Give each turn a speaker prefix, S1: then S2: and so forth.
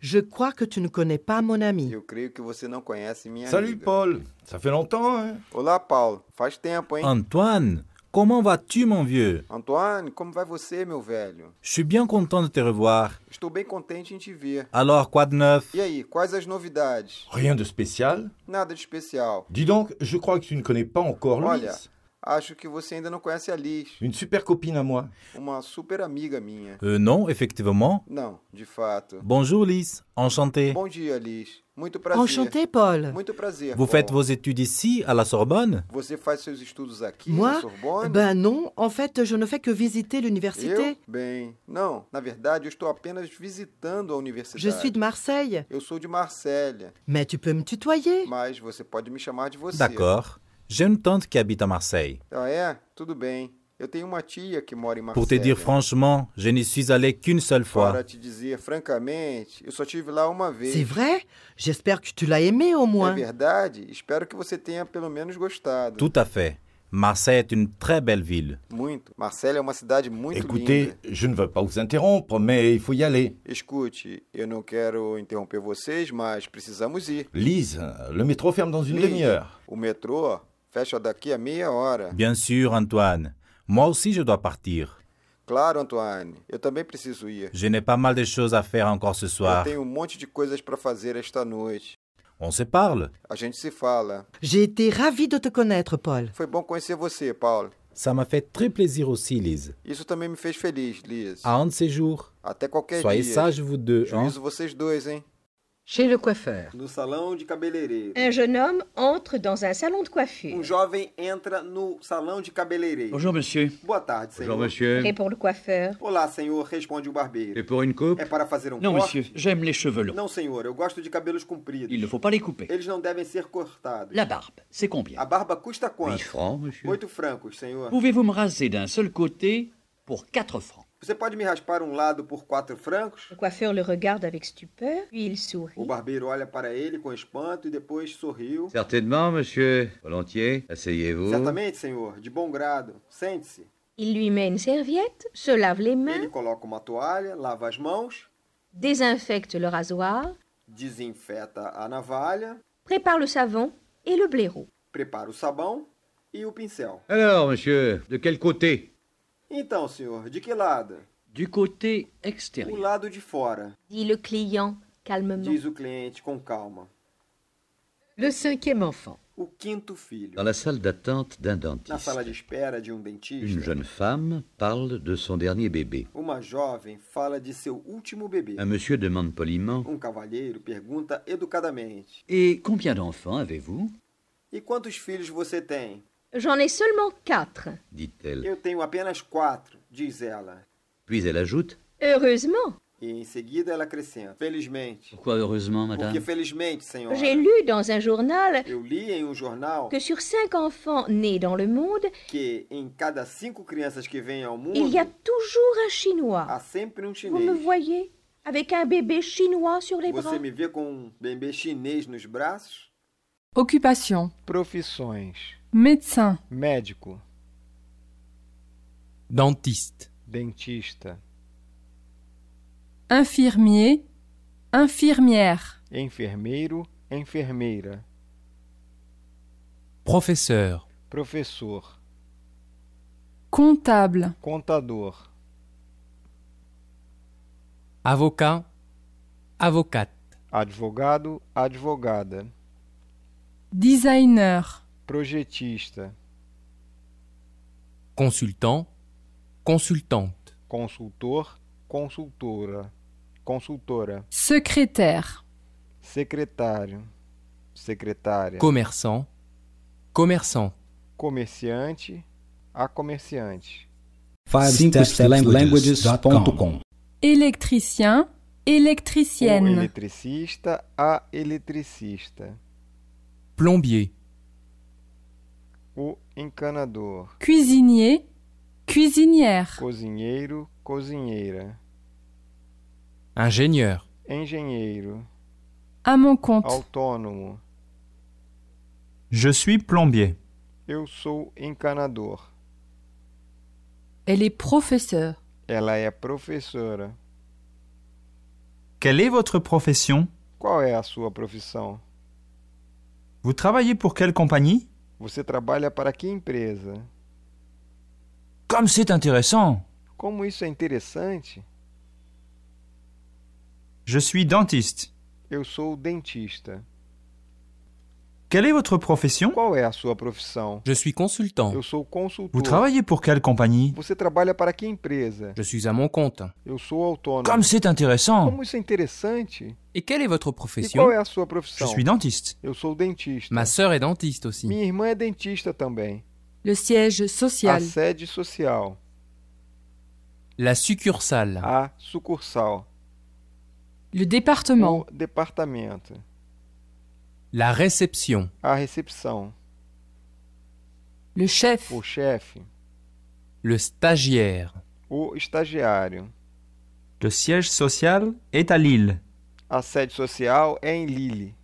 S1: Je crois que tu ne connais pas mon ami.
S2: Eu creio que você não conhece minha
S3: Salut
S2: amiga.
S3: Paul, ça fait longtemps, hein
S2: Olá, Paulo. Faz tempo, hein?
S4: Antoine, comment vas-tu, mon vieux
S2: Antoine, como vai você, meu velho?
S4: Je suis bien content de te revoir.
S2: Estou bem contente em te ver.
S4: Alors, quoi de neuf
S2: E aí, quais as novidades?
S3: Rien de spécial.
S2: Nada de especial.
S3: Dis donc, je crois que tu ne connais pas encore
S2: Olha,
S3: Louise.
S2: acho que você ainda não conhece a Liz,
S3: Une super copine à moi.
S2: uma super amiga minha.
S4: Euh, non, effectivement.
S2: Não, de fato.
S4: Bonjour, Lise. Enchanté.
S2: Bom dia, Liz. Muito prazer.
S1: Enchanté, Paul.
S2: Muito prazer.
S4: Vous
S2: Paul.
S4: faites vos études ici, à la Sorbonne
S2: Você faz seus estudos aqui na
S1: Moi Eh
S2: Sorbonne?
S1: Ben non, en fait, je ne fais que visiter l'université.
S2: eu? Bem, não. Na verdade, eu estou apenas visitando a universidade.
S1: Je suis de Marseille.
S2: Eu sou de Marsella,
S1: Mais tu peux me tutoyer.
S2: mas você pode me chamar de você.
S4: D'accord. J'ai une tante qui habite à Marseille.
S2: Ah, é? Tudo bem. Eu tenho uma tia que mora em Marsella.
S4: Pour te dire franchement, je n'y suis allé qu'une seule fois.
S2: Para te dizer francamente, eu só tive lá uma vez.
S1: C'est vrai J'espère que tu l'as aimé au
S2: É
S1: moins.
S2: verdade? Espero que você tenha pelo menos gostado.
S4: Tout à fait. Marseille est une très belle ville.
S2: Muito. Marsella é uma cidade muito
S3: Écoutez,
S2: linda.
S3: je ne veux pas vous interrompre, mais il faut y aller.
S2: Escute, eu não quero interromper vocês, mas precisamos ir.
S3: Lise, euh, le métro ferme dans une
S2: Lise.
S3: demi-heure.
S2: O metrô fecha daqui a meia hora.
S4: Bien sûr, Antoine. Moi aussi, je dois partir.
S2: Claro, Antoine. Eu também preciso ir.
S4: Je n'ai pas mal de choses à faire encore ce
S2: Eu
S4: soir.
S2: tenho um monte de coisas para fazer esta noite.
S4: On se parle.
S2: A gente se fala.
S1: J'ai été ravie de te connaître, Paul.
S2: Foi bom conhecer você, Paulo.
S4: Ça m'a fait très plaisir aussi, Lise.
S2: Isso também me fez feliz, Liz.
S4: À un de ces jours.
S2: Até qualquer
S4: Soyez
S2: dia.
S4: sages, vous deux. hein.
S2: Juízo vocês dois, hein?
S5: Chez le coiffeur.
S6: No salão de cabeleireiro.
S7: Un jeune homme entre dans un salon de
S6: Um
S7: coiffure.
S6: jovem entra no salão de cabeleireiro.
S8: Bonjour monsieur.
S6: Boa tarde, senhor.
S8: Bonjour monsieur.
S7: Et pour le coiffeur,
S6: Olá, senhor, responde o
S8: Et
S6: barbeiro.
S8: pour une coupe
S6: É para fazer um
S8: Non
S6: corte?
S8: monsieur, j'aime les cheveux longs.
S6: Não, senhor, eu gosto de cabelos compridos.
S8: Il ne faut pas les couper.
S6: Eles não devem ser cortados.
S8: La barbe, c'est
S6: A
S8: combien
S6: barba custa
S8: 8
S6: quanto?
S8: francs monsieur.
S6: Oito francos, senhor.
S8: Pouvez-vous me raser d'un seul côté pour 4 francs
S6: Você pode me raspar um lado por quatro francos?
S7: le coiffeur le regarde avec stupeur, puis il sourit.
S6: O barbeiro olha para ele com espanto e depois sorriu.
S8: Certainement monsieur. Volontiers, asseyez-vous.
S6: Certamente, senhor, de bom grado. Sente-se.
S7: Il lui met une serviette, se lave les
S6: Ele
S5: Né?
S7: mains,
S6: coloca uma toalha, lava as mãos,
S7: désinfecte le rasoir,
S6: desinfeta a navalha,
S7: prépare le savon et le blaireau.
S6: prepara o sabão e o pincel.
S8: Alors monsieur, Euh, de quel côté
S6: Então, senhor, de que lado?
S8: Du côté
S6: O
S8: extérieur.
S6: lado de fora,
S7: Dit le client calmement.
S6: diz o cliente com calma.
S5: Le cinquième enfant.
S6: O quinto filho.
S8: Dans la salle d'attente
S6: Na
S8: d'un dentiste,
S6: sala de espera de um
S8: une
S6: dentista,
S8: jeune femme parle de son dernier bébé.
S6: uma jovem fala de seu último bebê.
S8: Un monsieur demande poliment
S6: Um cavalheiro pergunta educadamente:
S8: Et combien d'enfants avez-vous
S6: E quantos filhos você tem?
S7: J'en ai seulement quatre.
S8: dit-elle.
S6: Eu tenho apenas quatro, diz ela.
S8: Puis elle ajoute
S7: Heureusement,
S6: E em seguida ela acrescenta: Felizmente.
S8: Pourquoi heureusement, madame
S6: Porque felizmente, senhora.
S7: j'ai lu dans un journal
S6: Eu li em um jornal
S7: que sur cinq enfants nés dans le monde,
S6: que em cada cinco crianças que vêm ao mundo,
S7: il y a toujours un Chinois.
S6: há sempre um
S7: Vous me
S6: chinês.
S7: voyez avec un bébé chinois sur les bras.
S6: Você me vê com um bebê chinês nos braços?
S9: Occupation.
S6: Profissões:
S9: Médecin.
S6: médico,
S10: dentiste,
S6: dentista,
S9: Infirmier. Infirmière.
S6: enfermeiro, enfermeira,
S10: professeur,
S6: professor,
S9: Comptable.
S6: contador,
S10: avocat, avocate,
S6: advogado, advogada,
S9: Designer.
S6: projetista,
S10: consultant, consultante,
S6: consultor, consultora, consultora,
S9: Secrétaire.
S6: secretário, secretária,
S10: commerçant, commerçant.
S6: comerciante, a comerciante,
S9: Électricien.
S6: o
S9: Électricienne.
S6: eletricista, a eletricista,
S10: plombier,
S6: o encanador,
S9: Cuisinier. Cuisinière.
S6: cozinheiro, cozinheira,
S10: ingénieur,
S6: engenheiro,
S9: À mon
S6: Oh.
S9: compte.
S6: autônomo.
S11: Je suis plombier.
S6: Eu sou encanador.
S9: Elle est professeure.
S6: Ela é professora.
S11: Quelle est votre profession
S6: Qual é a sua profissão?
S11: Vous travaillez pour quelle compagnie
S6: Você trabalha para que empresa?
S11: Comme c'est intéressant
S6: Como isso é interessante?
S11: Je suis dentiste.
S6: Eu sou dentista.
S11: Quelle est votre profession
S6: Qual é a sua profissão?
S10: Je suis consultant.
S6: Eu sou
S11: Vous
S6: consultor.
S11: travaillez pour quelle compagnie
S6: Você trabalha para que empresa?
S10: Je suis à mon compte.
S6: Eu sou autônomo.
S11: Comme c'est intéressant
S6: Como isso é interessante?
S10: Et quelle est votre
S6: E
S10: profession
S6: qual é a sua
S11: Je
S6: profissão?
S11: suis dentiste.
S6: Eu sou dentista.
S10: Ma sœur est dentiste aussi.
S6: Minha irmã é dentista também.
S9: Le siège
S6: A
S9: social.
S6: sede social.
S10: La succursale.
S6: A sucursal.
S9: Le département.
S6: O departamento.
S10: La réception.
S6: A recepção.
S9: Le chef.
S6: O chefe.
S10: Le stagiaire.
S6: O estagiário.
S11: Le siège social est à Lille.
S6: A sede social é em Lille.